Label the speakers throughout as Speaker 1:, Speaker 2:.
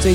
Speaker 1: 最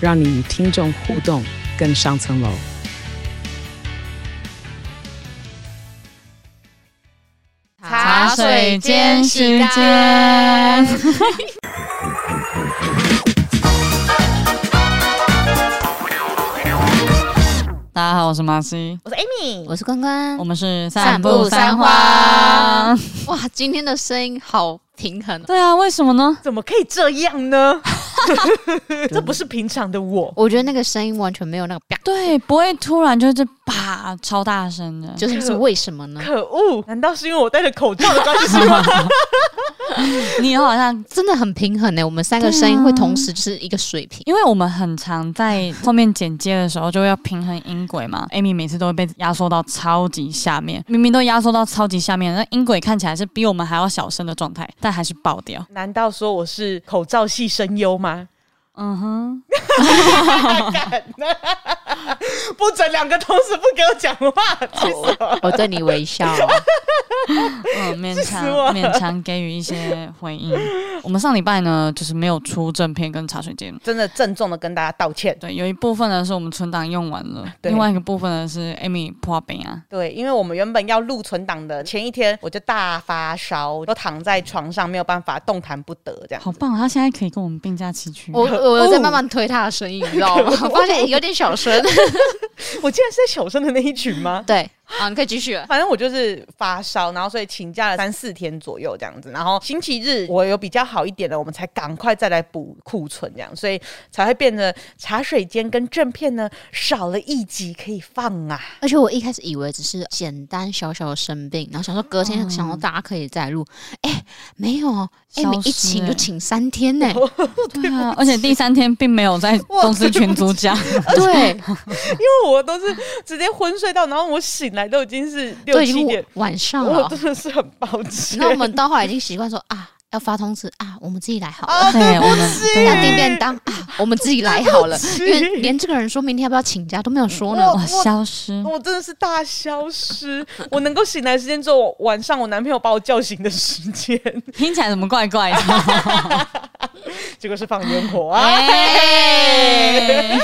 Speaker 1: 让你与听众互动更上层楼。
Speaker 2: 茶水间时 间，大家好，我是马西，
Speaker 3: 我是 Amy，
Speaker 4: 我是关关
Speaker 2: 我。们是
Speaker 3: 散步三花。
Speaker 4: 哇，今天的声音好平衡、哦。
Speaker 2: 对啊，为什么呢？
Speaker 3: 怎么可以这样 呢？这不是平常的我，
Speaker 4: 我觉得那个声音完全没有那个啪，
Speaker 2: 对，不会突然就是啪超大声的，
Speaker 4: 就是是为什么 呢？
Speaker 3: 可恶！难道是因为我戴着口罩的关系吗？
Speaker 2: 你好像。
Speaker 4: 真的很平衡呢、欸我们三个声音会同时就是一个水平。
Speaker 2: 因为我们很常在后面剪接的时候就要平衡音轨嘛，Amy 每次都会被压缩到超级下面，明明都压缩到超级下面，那音轨看起来是比我们还要小声的状态，但还是爆掉。
Speaker 3: 难道说我是口罩系声优吗？
Speaker 2: 嗯哼，
Speaker 3: 不准两个同时不给我讲话，气死我！
Speaker 4: 我对你微笑，啊
Speaker 2: 嗯，勉 强
Speaker 3: 死我了
Speaker 2: 勉强给予一些回应。 我们上礼拜呢，就是没有出正片跟茶水间。
Speaker 3: 真的郑重的跟大家道歉。
Speaker 2: 对，有一部分呢是我们存档用完了，
Speaker 3: 对
Speaker 2: 另外一个部分呢是 Amy 破病啊，
Speaker 3: 对，因为我们原本要录存档的前一天，我就大发烧，都躺在床上没有办法动弹不得，这样
Speaker 2: 好棒，她现在可以跟我们并驾齐驱。
Speaker 4: 我我有在慢慢推他的声音，你知道吗？我发现有点小声。
Speaker 3: 我竟然是在小声的那一群吗？
Speaker 4: 对， 好，你可以继续了。
Speaker 3: 反正我就是发烧，然后所以请假了三四天左右这样子，然后星期日我有比较好一点的，我们才赶快再来补库存这样，所以才会变得茶水间跟正片呢少了一集可以放啊。
Speaker 4: 而且我一开始以为只是简单小小的生病，然后想说隔天想说大家可以再录，哎、没有哦，哎、
Speaker 2: 消
Speaker 4: 你一
Speaker 2: 失
Speaker 4: 请
Speaker 2: 欸
Speaker 4: 就请三天呢、
Speaker 2: 对啊，而且第三天并没有在 公司群组讲，
Speaker 4: 对，
Speaker 3: 因为 我都是直接昏睡到，然后我醒来都已经是
Speaker 4: 都
Speaker 3: 六
Speaker 4: 已
Speaker 3: 七
Speaker 4: 经
Speaker 3: 点
Speaker 4: 晚，晚上了
Speaker 3: 我，真的是很抱歉。
Speaker 4: 那我们到后来已经习 惯说啊，要发通知啊，我们自己来好了。
Speaker 3: 啊，
Speaker 2: 哦对，我们对
Speaker 4: 要
Speaker 2: 啊
Speaker 4: 订便当啊，我们自己来好了，
Speaker 3: 对不
Speaker 4: 因
Speaker 3: 起
Speaker 4: 为连这个人说明天要不要请假都没有说呢。
Speaker 2: 哇消失。
Speaker 3: 我真的是大消失，我能够醒来的时间只有晚上我男朋友把我叫醒的时间，
Speaker 2: 听起来怎么怪怪 的？
Speaker 3: 结果是放烟火 啊！
Speaker 2: 哎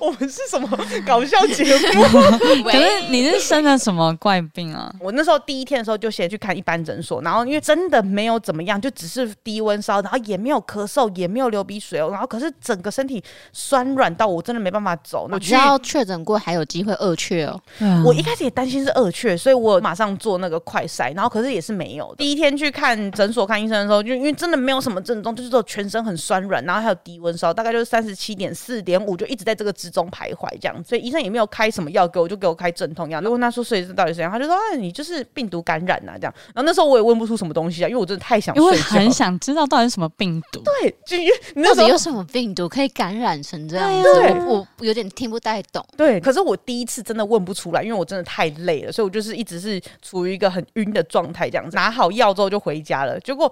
Speaker 3: 我们是什么搞笑节目？
Speaker 2: 可是你是生了什么怪病啊？
Speaker 4: 嗯
Speaker 3: 我那时候第一天的时候就先去看一般诊所，然后因为真的没有怎么样，就只是低温烧，然后也没有咳嗽，也没有流鼻水哦，然后可是整个身体酸软到我真的没办法走。
Speaker 4: 我
Speaker 3: 我
Speaker 4: 知道确诊过还有机会恶缺哦，
Speaker 2: 啊嗯
Speaker 3: 我一开始也担心是恶雀，所以我马上做那个快筛，然后可是也是没有的。第一天去看诊所看医生的时候，就因为真的没有什么症状，就是说全身很酸软，然后还有低温烧，大概就是三十七点四点五，就一直在这个之中徘徊这样。所以医生也没有开什么药给我，就给我开镇痛药。就问他说，所以这到底是怎样？他就说啊，你就是病毒感染呐、啊、这样。然后那时候我也问不出什么东西啊，因为我真的太想
Speaker 2: 因
Speaker 3: 睡
Speaker 2: 为
Speaker 3: 觉。
Speaker 2: 很想知道到底是什么病毒。
Speaker 3: 对， 就因为
Speaker 4: 到
Speaker 3: 那时候
Speaker 4: 底有什么病毒可以感染成这样子？
Speaker 3: 对啊
Speaker 4: 我我有点听不太懂。
Speaker 3: 对，可是我第一次真的问不出来，因为我真的太累了，所以我就是一直是处于一个很晕的状态，这样子。拿好药之后就回家了，结果。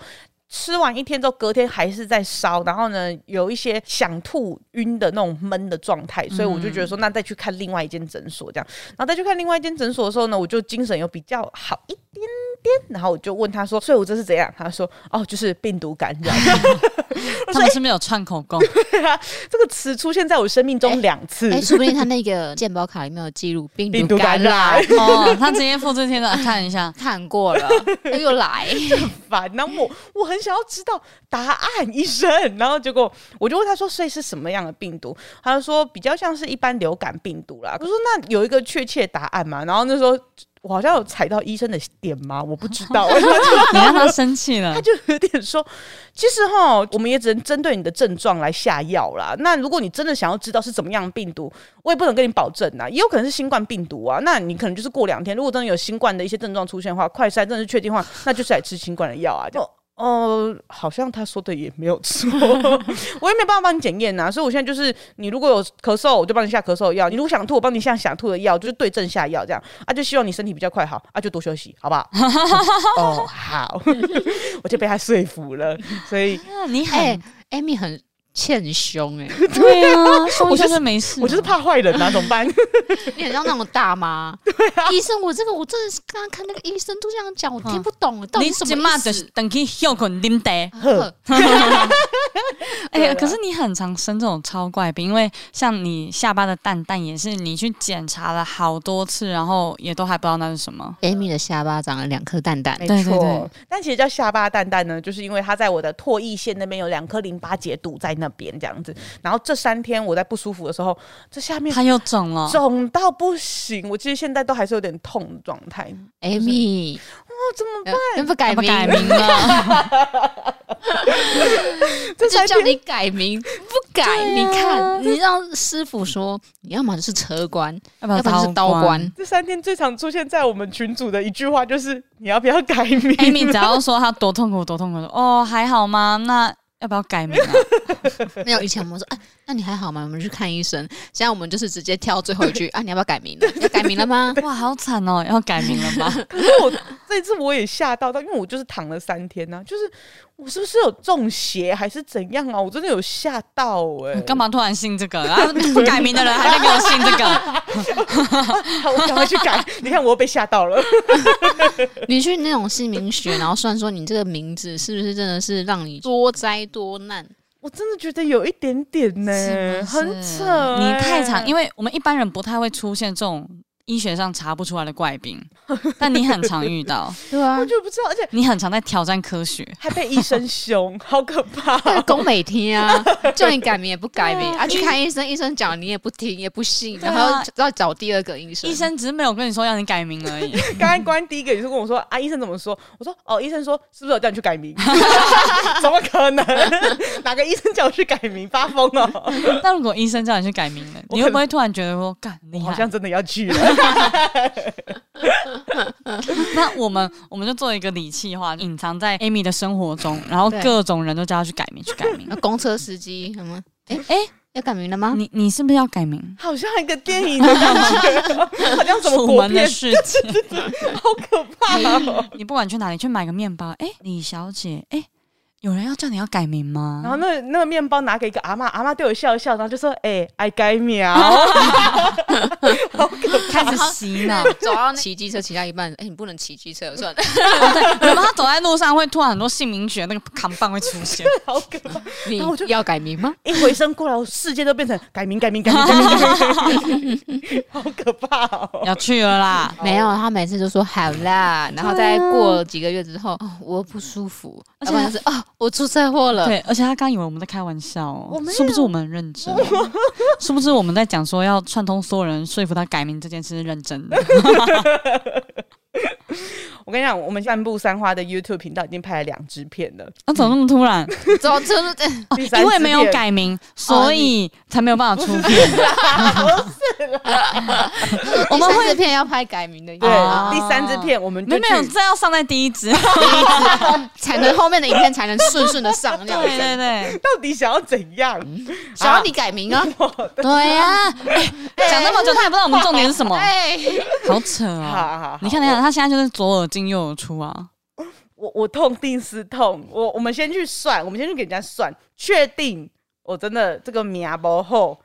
Speaker 3: 吃完一天之后，隔天还是在烧，然后呢，有一些想吐、晕的那种闷的状态，所以我就觉得说，那再去看另外一间诊所这样，然后再去看另外一间诊所的时候呢，我就精神有比较好一点点，然后我就问他说，所以我这是怎样？他说，哦，就是病毒感染。
Speaker 2: 他们是没有串口 供，
Speaker 3: 这个词出现在我生命中两次，
Speaker 4: 哎，说不定他那个健保卡里面有记录病
Speaker 3: 嗯 病
Speaker 4: 毒
Speaker 3: 毒
Speaker 4: 感
Speaker 3: 感
Speaker 4: 染
Speaker 3: 染，
Speaker 2: 哦，他直接复制贴上啊看一 下。
Speaker 4: 看过 了，哎又来。
Speaker 3: 烦，然后我我很想要知道答案，医生。然后结果我就问他说，所以是什么样的病毒？他就说比较像是一般流感病毒啦。我说那有一个确切答案吗？然后那时候我好像有踩到医生的点吗？我不知道。然后
Speaker 2: 你让他生气了
Speaker 3: 他，就有点说，其实哈，我们也只能针对你的症状来下药啦。那如果你真的想要知道是怎么样的病毒，我也不能跟你保证呐，也有可能是新冠病毒啊。那你可能就是过两天，如果真的有新冠的一些症状出现的话，快筛真的是确定的话，那就是来吃新冠的药啊。就哦、好像他说的也没有错， 我也没办法帮你检验呐。所以我现在就是，你如果有咳嗽，我就帮你下咳嗽的药；你如果想吐，我帮你下想吐的药，就是对症下药这样啊。就希望你身体比较快好啊，就多休息，好不好？ 哦，好，我就被他说服了。所以
Speaker 2: 啊你很、
Speaker 4: 哎、艾米很欠凶哎、
Speaker 2: 对 啊，说
Speaker 3: 我
Speaker 2: 一下
Speaker 3: 就是
Speaker 2: 就没事了，
Speaker 3: 我就是怕坏人呐、啊怎么办？
Speaker 4: 你很像那种大妈。医生，我这个我真的是刚刚看那个医生都这样讲，我听不懂，到底
Speaker 2: 你
Speaker 4: 什
Speaker 2: 今
Speaker 4: 么
Speaker 2: 嘛
Speaker 4: 意
Speaker 2: 就
Speaker 4: 思啊
Speaker 2: 是？等去休困啉茶。
Speaker 4: 呵
Speaker 2: 哎、
Speaker 3: 对啦
Speaker 2: 可是你很常生这种超怪病，因为像你下巴的蛋蛋也是，你去检查了好多次，然后也都还不知道那是什么。
Speaker 4: Amy 的下巴长了两颗蛋蛋，
Speaker 3: 没
Speaker 2: 对对
Speaker 3: 错，
Speaker 2: 对
Speaker 3: 但其实叫下巴蛋蛋呢，就是因为它在我的唾液腺那边有两颗淋巴结堵在那边这样子。然后这三天我在不舒服的时候，这下面
Speaker 2: 它又肿了，
Speaker 3: 肿到不行，我其实现在都还是有点痛的状态。
Speaker 4: Amy，哦，怎么办？要不改
Speaker 2: 要不
Speaker 4: 名？
Speaker 2: 改 名了，
Speaker 4: 这
Speaker 3: 才
Speaker 4: 就叫你改名，不改，你看，你让师傅说，你要么就是车官，
Speaker 2: 要
Speaker 4: 要不然就是刀官。。
Speaker 3: 这三天最常出现在我们群组的一句话就是：你要不要改名
Speaker 2: Amy 只要说她多痛苦多痛苦，说哦还好吗？那要不要改名啊？
Speaker 4: 没有，以前我们说，哎、那你还好吗？我们去看医生。现在我们就是直接挑最后一句，啊，你要不要改名了？要改名了吗？
Speaker 2: 哇，好惨哦，要改名了吗？
Speaker 3: 可是我这次我也吓到，但因为我就是躺了三天呢、就是我是不是有中邪还是怎样啊？我真的有吓到哎、
Speaker 2: 你干嘛突然信这个？然后不改名的人还在给我信这个？
Speaker 3: 好， 我赶快去改。你看我又被吓到了。
Speaker 4: 你去那种姓名学，然后算说你这个名字是不是真的是让你多灾多难？
Speaker 3: 我真的觉得有一点点呢、
Speaker 2: 是不是
Speaker 3: 呃很扯欸、
Speaker 2: 你太常，因
Speaker 3: 为
Speaker 2: 为我们一般人不太会出现这种医学上查不出来的怪 病，但你很常遇到，
Speaker 4: 对啊
Speaker 3: 我，就不知道，而且
Speaker 2: 你很常在挑战科学。
Speaker 3: 还被医 生凶，好可怕、
Speaker 4: 那宫每天啊，叫你改名也不改名啊，去看医生，医生讲你也不听也不信，
Speaker 2: 对啊
Speaker 4: 然后要找第二个医生。
Speaker 2: 医生只是没有跟你说让你改名而 已，
Speaker 3: 刚刚关第一个也是跟我说啊，医生怎么 说？我说哦，医生说是不是有叫你去改名？怎么可 能？哪个医生叫我去改名？发疯哦！
Speaker 2: 但如果医生叫你去改名了，
Speaker 3: 我
Speaker 2: 你会不会突然觉得说干厉
Speaker 3: 我好
Speaker 2: 害
Speaker 3: 像？真的要去了。
Speaker 2: 那我们我们就做一个理气化，隐藏在 Amy 的生活中，然后
Speaker 4: 对
Speaker 2: 各种人都叫她去改名，去改 名
Speaker 4: 那。公车司机什么？哎、
Speaker 2: 哎、
Speaker 4: 要改名了吗？
Speaker 2: 你你是不是要改名？
Speaker 3: 好像一个电影的 感觉，好像什么
Speaker 2: 楚
Speaker 3: 国
Speaker 2: 门的
Speaker 3: 片，
Speaker 2: 世界。
Speaker 3: 好可怕哦。
Speaker 2: 你不管去哪里，去买个面包，哎、李小姐，哎、有人要叫你要改名吗？
Speaker 3: 然后那那个面包拿给一个阿妈，阿妈对我笑一笑，然后就说：“哎、爱改名。” 好可怕。
Speaker 2: 开始洗 脑，
Speaker 4: 嗯走到那骑机车骑到一半，哎、你不能骑机车，算了，
Speaker 2: 然后他走在路上会突然很多姓名学那个扛棒会出 现，
Speaker 3: 好可怕！
Speaker 4: 你
Speaker 3: 然后我就
Speaker 4: 要改名吗？
Speaker 3: 一回身过来，我世界都变成改名、改名、改名、改名，改 名好可怕哦！
Speaker 2: 要去了啦。
Speaker 4: 没有，他每次就说好啦，然后再过几个月之后，哦、我不舒服，
Speaker 2: 而
Speaker 4: 要
Speaker 2: 且
Speaker 4: 不然就是哦，我出车祸了。
Speaker 2: 对，而且他刚以为我们在开玩笑、
Speaker 3: 我
Speaker 2: 哦
Speaker 3: 没，有
Speaker 2: 是不是我们很认真？ 是不是我们在讲说要串通所有人说服他改名这件事是认真 的？
Speaker 3: 我跟你讲，我们漫步三花的 YouTube 频道已经拍了两支片了，
Speaker 2: 那、怎么那么突然？
Speaker 4: 走车路，哎
Speaker 2: 哦
Speaker 3: 第三哦
Speaker 2: 因为没有
Speaker 3: 支片
Speaker 2: 改名，所以才没有办法出片。
Speaker 4: 我们会片要拍改名的，
Speaker 3: 对，
Speaker 2: 哦
Speaker 3: 第三支片我们
Speaker 2: 没
Speaker 3: 就
Speaker 2: 有没有，
Speaker 3: 去
Speaker 2: 这要上在第一 集。
Speaker 4: 才能后面的影片才能顺顺的上 这样
Speaker 2: 对对
Speaker 4: 子。
Speaker 2: 对，
Speaker 3: 到底想要怎样？
Speaker 4: 想要你改名 啊？
Speaker 2: 对呀、哎讲那么久，他也不知道我们重点是什 么，
Speaker 4: 哎，
Speaker 2: 好扯哦。
Speaker 3: 好好好，
Speaker 2: 你看，你看，他现在就是左耳进右耳出啊！
Speaker 3: 我我痛定思痛，我我们先去算，我们先去给人家算，确定我真的这个名不后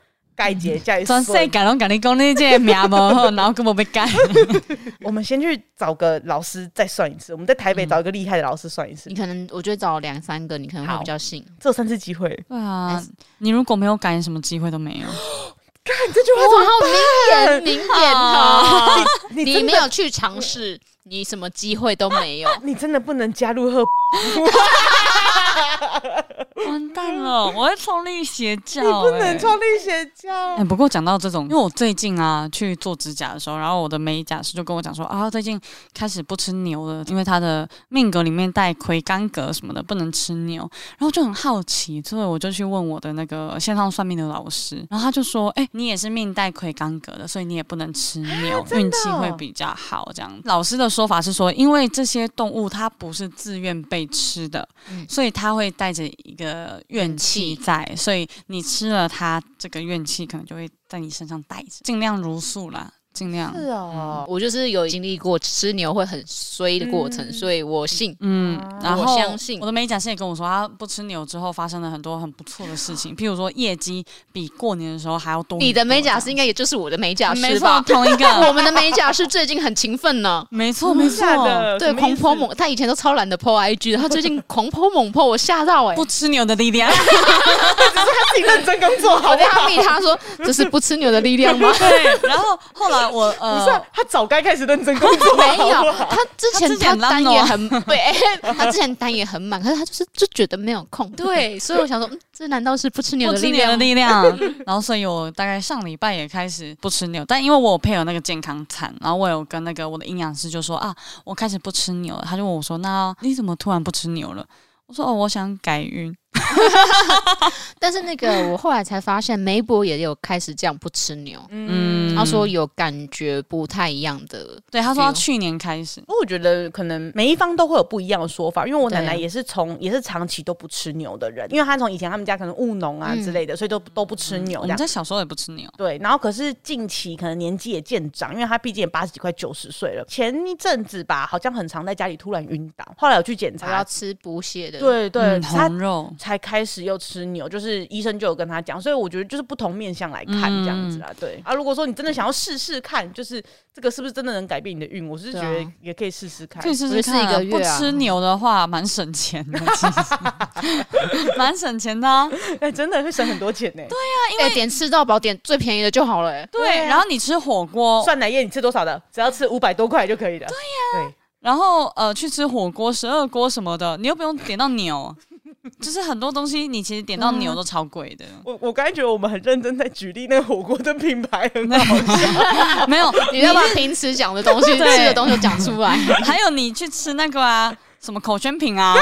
Speaker 3: 盖结再
Speaker 2: 全
Speaker 3: 算。
Speaker 2: 世界拢跟你讲你这个名无好， 然后根本被改。
Speaker 3: 我们先去找个老师再算一次，我们在台北找一个厉害的老师算一次
Speaker 4: 嗯你，可能我觉得找两三个，你可能会比较信。
Speaker 3: 只有三次机会。
Speaker 2: 对啊，你如果没有改，你什么机会都没有。
Speaker 3: 看这句话
Speaker 4: 哇，好明言明言哦！
Speaker 3: 怎么，你
Speaker 4: 你
Speaker 3: 真
Speaker 4: 没
Speaker 3: 的
Speaker 4: 有去尝试，你什么机会都没有。
Speaker 3: 你真的不能加入贺
Speaker 2: 完蛋了，我会创立邪教、欸，
Speaker 3: 你不
Speaker 4: 哎
Speaker 3: 能创立邪教
Speaker 2: 哎、。不过讲到这种，因为我最近啊去做指甲的时候，然后我的美甲师就跟我讲说啊，最近开始不吃牛了，因为他的命格里面带魁罡格什么的，不能吃牛。然后就很好奇，所以我就去问我的那个线上算命的老师，然后他就说，哎、你也是命带魁罡格的，所以你也不能吃牛，
Speaker 3: 真的
Speaker 2: 运气会比较好。这样，老师的说法是说，因为这些动物它不是自愿被吃的，
Speaker 4: 嗯
Speaker 2: 所以它会带着一个怨气在，所以你吃了它，这个怨气可能就会在你身上带着，尽量如素啦，尽量。
Speaker 3: 是哦，
Speaker 4: 我就是有经历过吃牛会很衰的过程，
Speaker 3: 嗯
Speaker 4: 所以我信。
Speaker 2: 嗯，然后
Speaker 4: 啊我相信
Speaker 2: 我的美甲师也跟我说，他不吃牛之后发生了很多很不错的事 情，譬如说业绩比过年的时候还要多很多。
Speaker 4: 你的美甲师
Speaker 2: 这
Speaker 4: 应
Speaker 2: 样
Speaker 4: 该也就是我的美甲
Speaker 2: 没
Speaker 4: 师
Speaker 2: 错，
Speaker 4: 吧？
Speaker 2: 同 一
Speaker 4: 我
Speaker 2: 个，
Speaker 4: 们的美甲师最近很勤奋呢。
Speaker 2: 没错没错
Speaker 3: 真。的假的
Speaker 4: 哦对，
Speaker 3: 什么
Speaker 4: 狂
Speaker 3: 意思
Speaker 4: 泼猛，他以前都超懒得 PO IG，的他最近狂泼猛泼，我吓到哎、
Speaker 2: 不吃牛的力 量，
Speaker 3: 自己认真工作好
Speaker 4: 我
Speaker 3: 不
Speaker 4: 在
Speaker 3: 好？
Speaker 4: 他密他 说这是不吃牛的力量吗？
Speaker 2: 对。然后后来我
Speaker 3: 不是啊
Speaker 2: 呃，，
Speaker 3: 他早该开始认真工作了，
Speaker 4: 嗯没
Speaker 3: 好不
Speaker 4: 有，
Speaker 3: 好
Speaker 4: 他之前
Speaker 2: 啊他之前
Speaker 4: 他
Speaker 2: 很懒
Speaker 4: 单
Speaker 2: 哦
Speaker 4: 也很对， 他之前单也很满，可是他就是就觉得没有空。对，所以我想说，嗯这难道是不吃牛
Speaker 2: 不
Speaker 4: 的
Speaker 2: 吃
Speaker 4: 力
Speaker 2: 牛的
Speaker 4: 量吗？
Speaker 2: 力 量。然后所以我大概上礼拜也开始不吃牛，但因为我有配合那个健康餐，然后我有跟那个我的营养师就说啊，我开始不吃牛了。他就问我说，那你怎么突然不吃牛了？我说哦，我想改运。
Speaker 4: 但是那个我后来才发现，梅博也有开始这样不吃牛，
Speaker 2: 嗯，
Speaker 4: 他说有感觉不太一样的，
Speaker 2: 对，他说他
Speaker 4: feel
Speaker 2: 去年开始，嗯
Speaker 3: 不过我觉得可能每一方都会有不一样的说法，因为我奶奶
Speaker 4: 对
Speaker 3: 也是从也是长期都不吃牛的人，因为她从以前他们家可能务农啊
Speaker 4: 嗯
Speaker 3: 之类的，所以都都不吃牛
Speaker 2: 我们
Speaker 3: 这样。
Speaker 2: 在小时候也不吃牛，
Speaker 3: 对，然后可是近期可能年纪也渐长，因为她毕竟也八十几快九十岁了。前一阵子吧，好像很常在家里突然晕倒，后来有去检
Speaker 4: 我要
Speaker 3: 查，
Speaker 4: 吃补血的。，
Speaker 3: 对对，
Speaker 2: 嗯
Speaker 3: 她
Speaker 2: 红肉。
Speaker 3: 才开始又吃牛，就是医生就有跟他讲，所以我觉得就是不同面向来看
Speaker 2: 嗯
Speaker 3: 这样子啦，对啊。如果说你真的想要试试看，就是这个是不是真的能改变你的运，我是
Speaker 4: 对
Speaker 3: 觉得
Speaker 4: 啊
Speaker 3: 也可以试试看
Speaker 2: 可。以试
Speaker 4: 我觉得
Speaker 2: 试看、
Speaker 4: 是一
Speaker 2: 啊
Speaker 4: 个，
Speaker 2: 不
Speaker 4: 月啊
Speaker 2: 吃牛的话蛮省钱的，其 实蛮省钱的、啊。
Speaker 3: 哎、真的会省很多钱呢、对，
Speaker 4: 哎、点吃到饱，点最便宜的就好了、哎
Speaker 2: 对，然后你吃火锅，
Speaker 3: 酸奶液你吃多少的？只要吃五百多块就可以了。对呀、
Speaker 2: 然后呃去吃火锅、十二锅什么的，你又不用点到 牛，就是很多东西你其实点到牛都超贵的。
Speaker 3: 我我刚才觉得我们很认真在举例那个火锅的品牌，很好笑。
Speaker 2: 没有，
Speaker 4: 嗯 你要把平时讲的东西、吃
Speaker 2: 对
Speaker 4: 的东西都讲出来。
Speaker 2: 还有你去吃那个啊，什么口宣 品啊，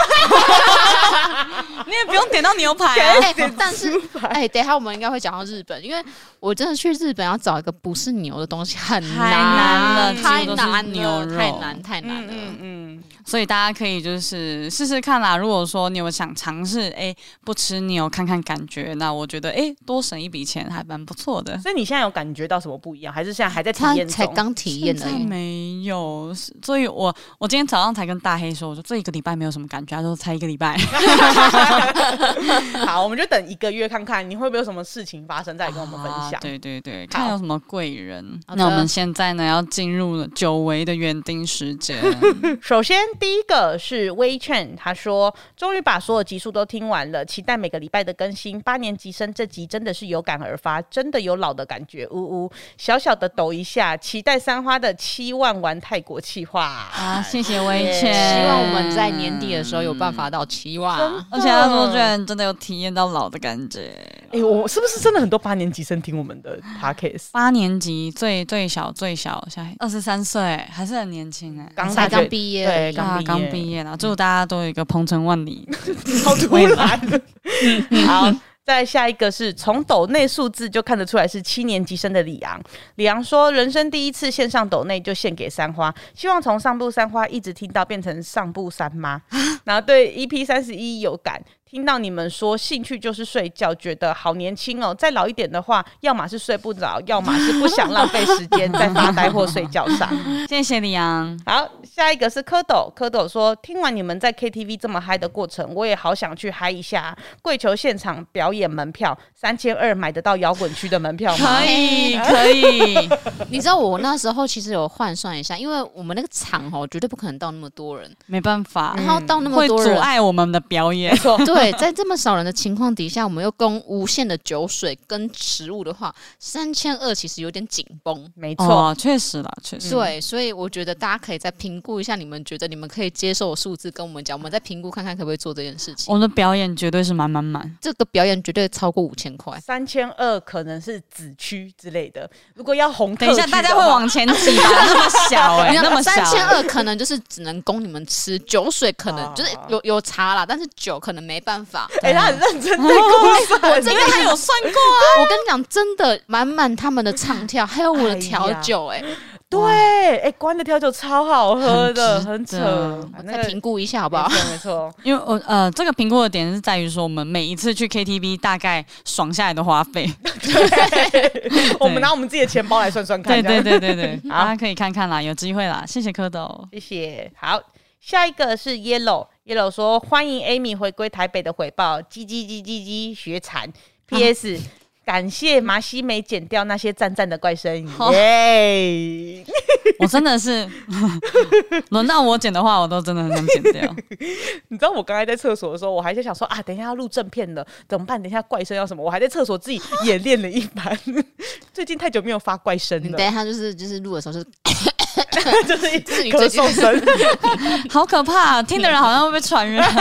Speaker 2: 你也不用点到牛排、 啊。
Speaker 4: 哎、但是哎、等一下我们应该会讲到日本，因为我真的去日本要找一个不是牛的东西很
Speaker 2: 太难了
Speaker 4: 太
Speaker 2: 几乎都是
Speaker 4: 难
Speaker 2: 牛
Speaker 4: 了，
Speaker 2: 肉
Speaker 4: 太难太难了。
Speaker 3: 嗯，
Speaker 2: 所以大家可以就是试试看啦。如果说你有想尝试，哎、不吃牛看看感觉，那我觉得哎、多省一笔钱还蛮不错的。
Speaker 3: 所以你现在有感觉到什么不一样，还是现在还在体
Speaker 4: 他
Speaker 3: 验中？
Speaker 4: 才 刚体验
Speaker 2: 现
Speaker 4: 而
Speaker 2: 在
Speaker 4: 已。
Speaker 2: 没有，是所以我我今天早上才跟大黑说，我说这一个礼拜没有什么感觉，他说才一个礼拜。
Speaker 3: 好，我们就等一个月看看你会不会有什么事情发生，再来跟我们分享。
Speaker 2: 啊对对对，看有什么贵人。
Speaker 4: 好
Speaker 2: 那我
Speaker 4: 的
Speaker 2: 们现在呢，要进入了久违的园丁时 间。
Speaker 3: 首先，第一个是微劝，他说：“终于把所有集数都听完了，期待每个礼拜的更新。八年级生这集真的是有感而发，真的有老的感觉，呜呜，小小的抖一下，期待三花的七万玩泰国气话。
Speaker 2: 啊，谢谢微倩。
Speaker 4: 希望我们
Speaker 2: 嗯
Speaker 4: 在年底的时候有办法到期
Speaker 3: 嗯
Speaker 4: 望。
Speaker 2: 而且他说，居然真的有体验到老的感觉。
Speaker 3: 哎、我是不是真的很多八年级生听我们的 podcast？
Speaker 2: 八年级最最小最小，小二十三岁，还是很年轻哎、欸。
Speaker 3: 刚
Speaker 4: 才
Speaker 3: 大学
Speaker 4: 刚毕业而
Speaker 3: 对，
Speaker 4: 已
Speaker 2: 对啊
Speaker 3: 刚
Speaker 2: 刚
Speaker 3: 毕
Speaker 2: 毕
Speaker 3: 业，
Speaker 2: 业了，祝大家都有一个鹏程万里。
Speaker 3: 好突然。好，再下一个是从抖内数字就看得出来是七年级生的李昂。李昂说，人生第一次线上抖内就献给三花，希望从上部三花一直听到变成上部三妈。然后对 EP 三十一有感。听到你们说兴趣就是睡觉，觉得好年轻哦。再老一点的话，要么是睡不着，要么是不想浪费时间在发呆或睡觉上。
Speaker 2: 谢谢李阳，
Speaker 3: 好，下一个是蝌蚪。蝌蚪说：“听完你们在 KTV 这么嗨的过程，我也好想去嗨一下啊。跪求现场表演门票三千二买得到摇滚区的门票吗
Speaker 2: 可以可 以，
Speaker 4: 你知道我那时候其实有换算一下，因为我们那个场哦，绝对不可能到那么多人，
Speaker 2: 没办法，
Speaker 4: 然后到那么
Speaker 2: 嗯会
Speaker 4: 多
Speaker 2: 阻
Speaker 4: 人，
Speaker 2: 碍我们的表演。
Speaker 4: 对，对，在这么少人的情况底下，我们又供无限的酒水跟食物的话，三千二其实有点紧绷。
Speaker 3: 没错，
Speaker 2: 哦，确实啦，确实。
Speaker 4: 对，所以我觉得大家可以再评估一下，你们觉得你们可以接受的数字，跟我们讲，我们再评估看看可不可以做这件事情。
Speaker 2: 我们的表演绝对是满满满，
Speaker 4: 这个表演绝对超过五千块，
Speaker 3: 三千二可能是子区之类的。如果要红特区
Speaker 2: 等
Speaker 3: 的
Speaker 2: 一下
Speaker 3: 话，
Speaker 2: 大家会往前挤吧？ 那么小 哎、那么小、
Speaker 4: 三千二可能就是只能供你们吃，酒水可
Speaker 2: 啊
Speaker 4: 能就是
Speaker 3: 哦
Speaker 4: 有有茶啦，但是酒可能没办法。
Speaker 3: 哎、他很认 真在公算，
Speaker 2: 因为他有算过啊，
Speaker 4: 我跟你讲，真的满满他们的唱跳，还有我的调酒、哎、
Speaker 3: 对，哎、关的调酒超好喝的，很
Speaker 2: 很值嗯
Speaker 3: 扯
Speaker 2: 得。
Speaker 3: 反正
Speaker 4: 再评估一下好不好？
Speaker 3: 没错没 错，
Speaker 2: 因为我呃，这个评估的点是在于说，我们每一次去 KTV 大概爽下来的花费，
Speaker 3: 我们拿我们自己的钱包来算算看。
Speaker 2: 对
Speaker 3: 这
Speaker 2: 对
Speaker 3: 样，
Speaker 2: 对对对，
Speaker 3: 好
Speaker 2: 大家可以看看啦，有机会啦，谢谢蝌蚪。
Speaker 3: 谢谢。好，下一个是 Yellow。Yellow 说：“欢迎 Amy 回归台北的回报，叽叽叽叽叽学禅。P.S. 感谢麻西梅剪掉那些赞赞的怪声音，
Speaker 2: 好
Speaker 3: 耶！
Speaker 2: 我真的是， 轮到我剪的话，我都真的很想剪 掉。
Speaker 3: 你知道我刚才在厕所的时候，我还在想说啊，等一下要录正片了，怎么办？等一下怪声要什么？我还在厕所自己演练了一番。 最近太久没有发怪声
Speaker 4: 你等
Speaker 3: 了，
Speaker 4: 一下就是就是录的时候 就是
Speaker 3: 就 是一直
Speaker 4: 你
Speaker 3: 咳
Speaker 4: 最近
Speaker 3: 嗽声。
Speaker 2: 好可怕、听的人好像会被传染。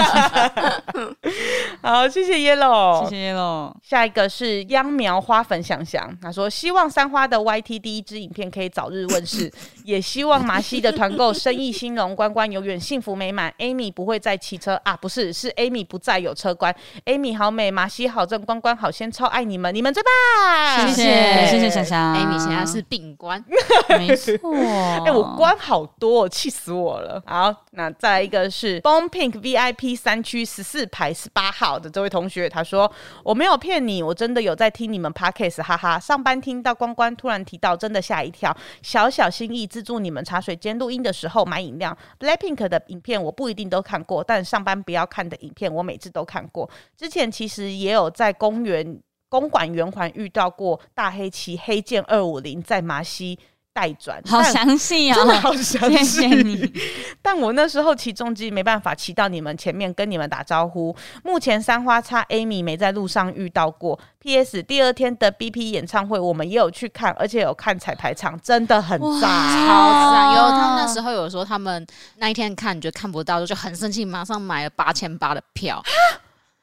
Speaker 3: 好，谢谢 Yellow，
Speaker 2: 谢谢喽。
Speaker 3: 下一个是秧苗花粉想想，他说希望三花的 YT 第一支影片可以早日 问世，也希望麻西的团购生意兴隆，关关永远幸福美满。Amy 不会再骑车啊，不是，是 Amy 不再有车关。Amy 好美，麻西好正，关关好仙，超爱你们，你们最棒！
Speaker 2: 谢谢谢谢翔。翔。
Speaker 4: Amy 现在是病关，
Speaker 2: 没错。哎
Speaker 3: 哎、我关好多、哦，气死我了。好，那再来一个是 Bone Pink VIP 三区十四排十八号的这位同学，他说我没有骗你，我真的有在听你们 Podcast，哈哈。上班听到关关突然提到，真的吓一跳。小小心意资助你们茶水间录音的时候买饮料。Blackpink 的影片我不一定都看过，但上班不要看的影片我每次都看过。之前其实也有在公园。公馆圆环遇到过大黑旗黑剑二五零在麻西待转，
Speaker 2: 好
Speaker 3: 但
Speaker 2: 详细啊，
Speaker 3: 真的好详
Speaker 2: 谢
Speaker 3: 细。
Speaker 2: 谢你。
Speaker 3: 但我那时候骑重机没办法骑到你们前面跟你们打招呼。目前三花叉 Amy 没在路上遇到过。P.S. 第二天的 B.P 演唱会我们也有去看，而且有看彩排场，真的很
Speaker 4: 超自
Speaker 3: 炸。
Speaker 2: 哦
Speaker 4: 然。有他们那时候有说他们那一天看就看不到，就很生气，马上买了八千八的票，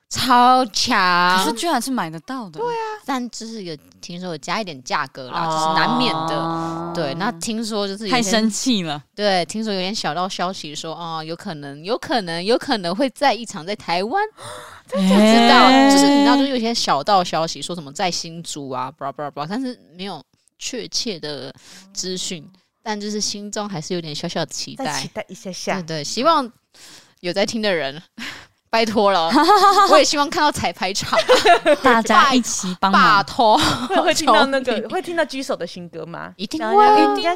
Speaker 4: 超
Speaker 2: 可
Speaker 4: 强
Speaker 2: 是。居然是买得到的，对啊，
Speaker 4: 但就是有听说有加一点价格啦，就是难免的。对，那听说就是有
Speaker 2: 哦太
Speaker 4: 些
Speaker 2: 生气了。
Speaker 4: 对，听说有点小道消息说，哦，有可能，有可能，有可能会在一场在台湾，
Speaker 2: 不
Speaker 4: 不知道，
Speaker 2: 哎
Speaker 4: 就是你知道，就是有一些小道消息说什么在新竹啊，blah blah blah，但是没有确切的资讯，但就是心中还是有点小小的期
Speaker 3: 再
Speaker 4: 待
Speaker 3: 期，待一下下
Speaker 4: 对。对，希望有在听的人，拜托了，我也希望看到彩排场，
Speaker 2: 大家一起帮
Speaker 4: 拜
Speaker 2: 忙。
Speaker 4: 托，
Speaker 3: 会会听到那
Speaker 4: 求
Speaker 3: 个
Speaker 4: 你
Speaker 3: 会听到举手的新歌吗？
Speaker 4: 一定
Speaker 3: 想
Speaker 4: 会啊
Speaker 3: 要比较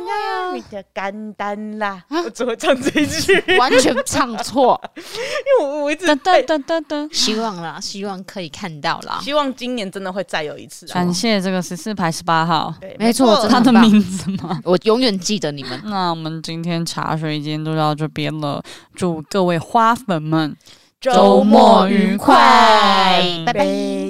Speaker 3: 比较简单啦，我只会唱这一句，因
Speaker 4: 完全唱错，
Speaker 3: 为我我一直
Speaker 2: 噔噔噔噔噔！
Speaker 4: 希望啦，希望可以看到 啦，
Speaker 3: 希望今年真的会再有一次啊。
Speaker 2: 感谢这个十四排十 八号，
Speaker 3: 对，
Speaker 4: 没错真
Speaker 2: 他的
Speaker 4: 很棒
Speaker 2: 名字吗？
Speaker 4: 我永远记得你们。
Speaker 2: 那我们今天茶水间就到这边了，祝各位花粉们
Speaker 3: 周末
Speaker 4: 愉快
Speaker 3: 拜拜。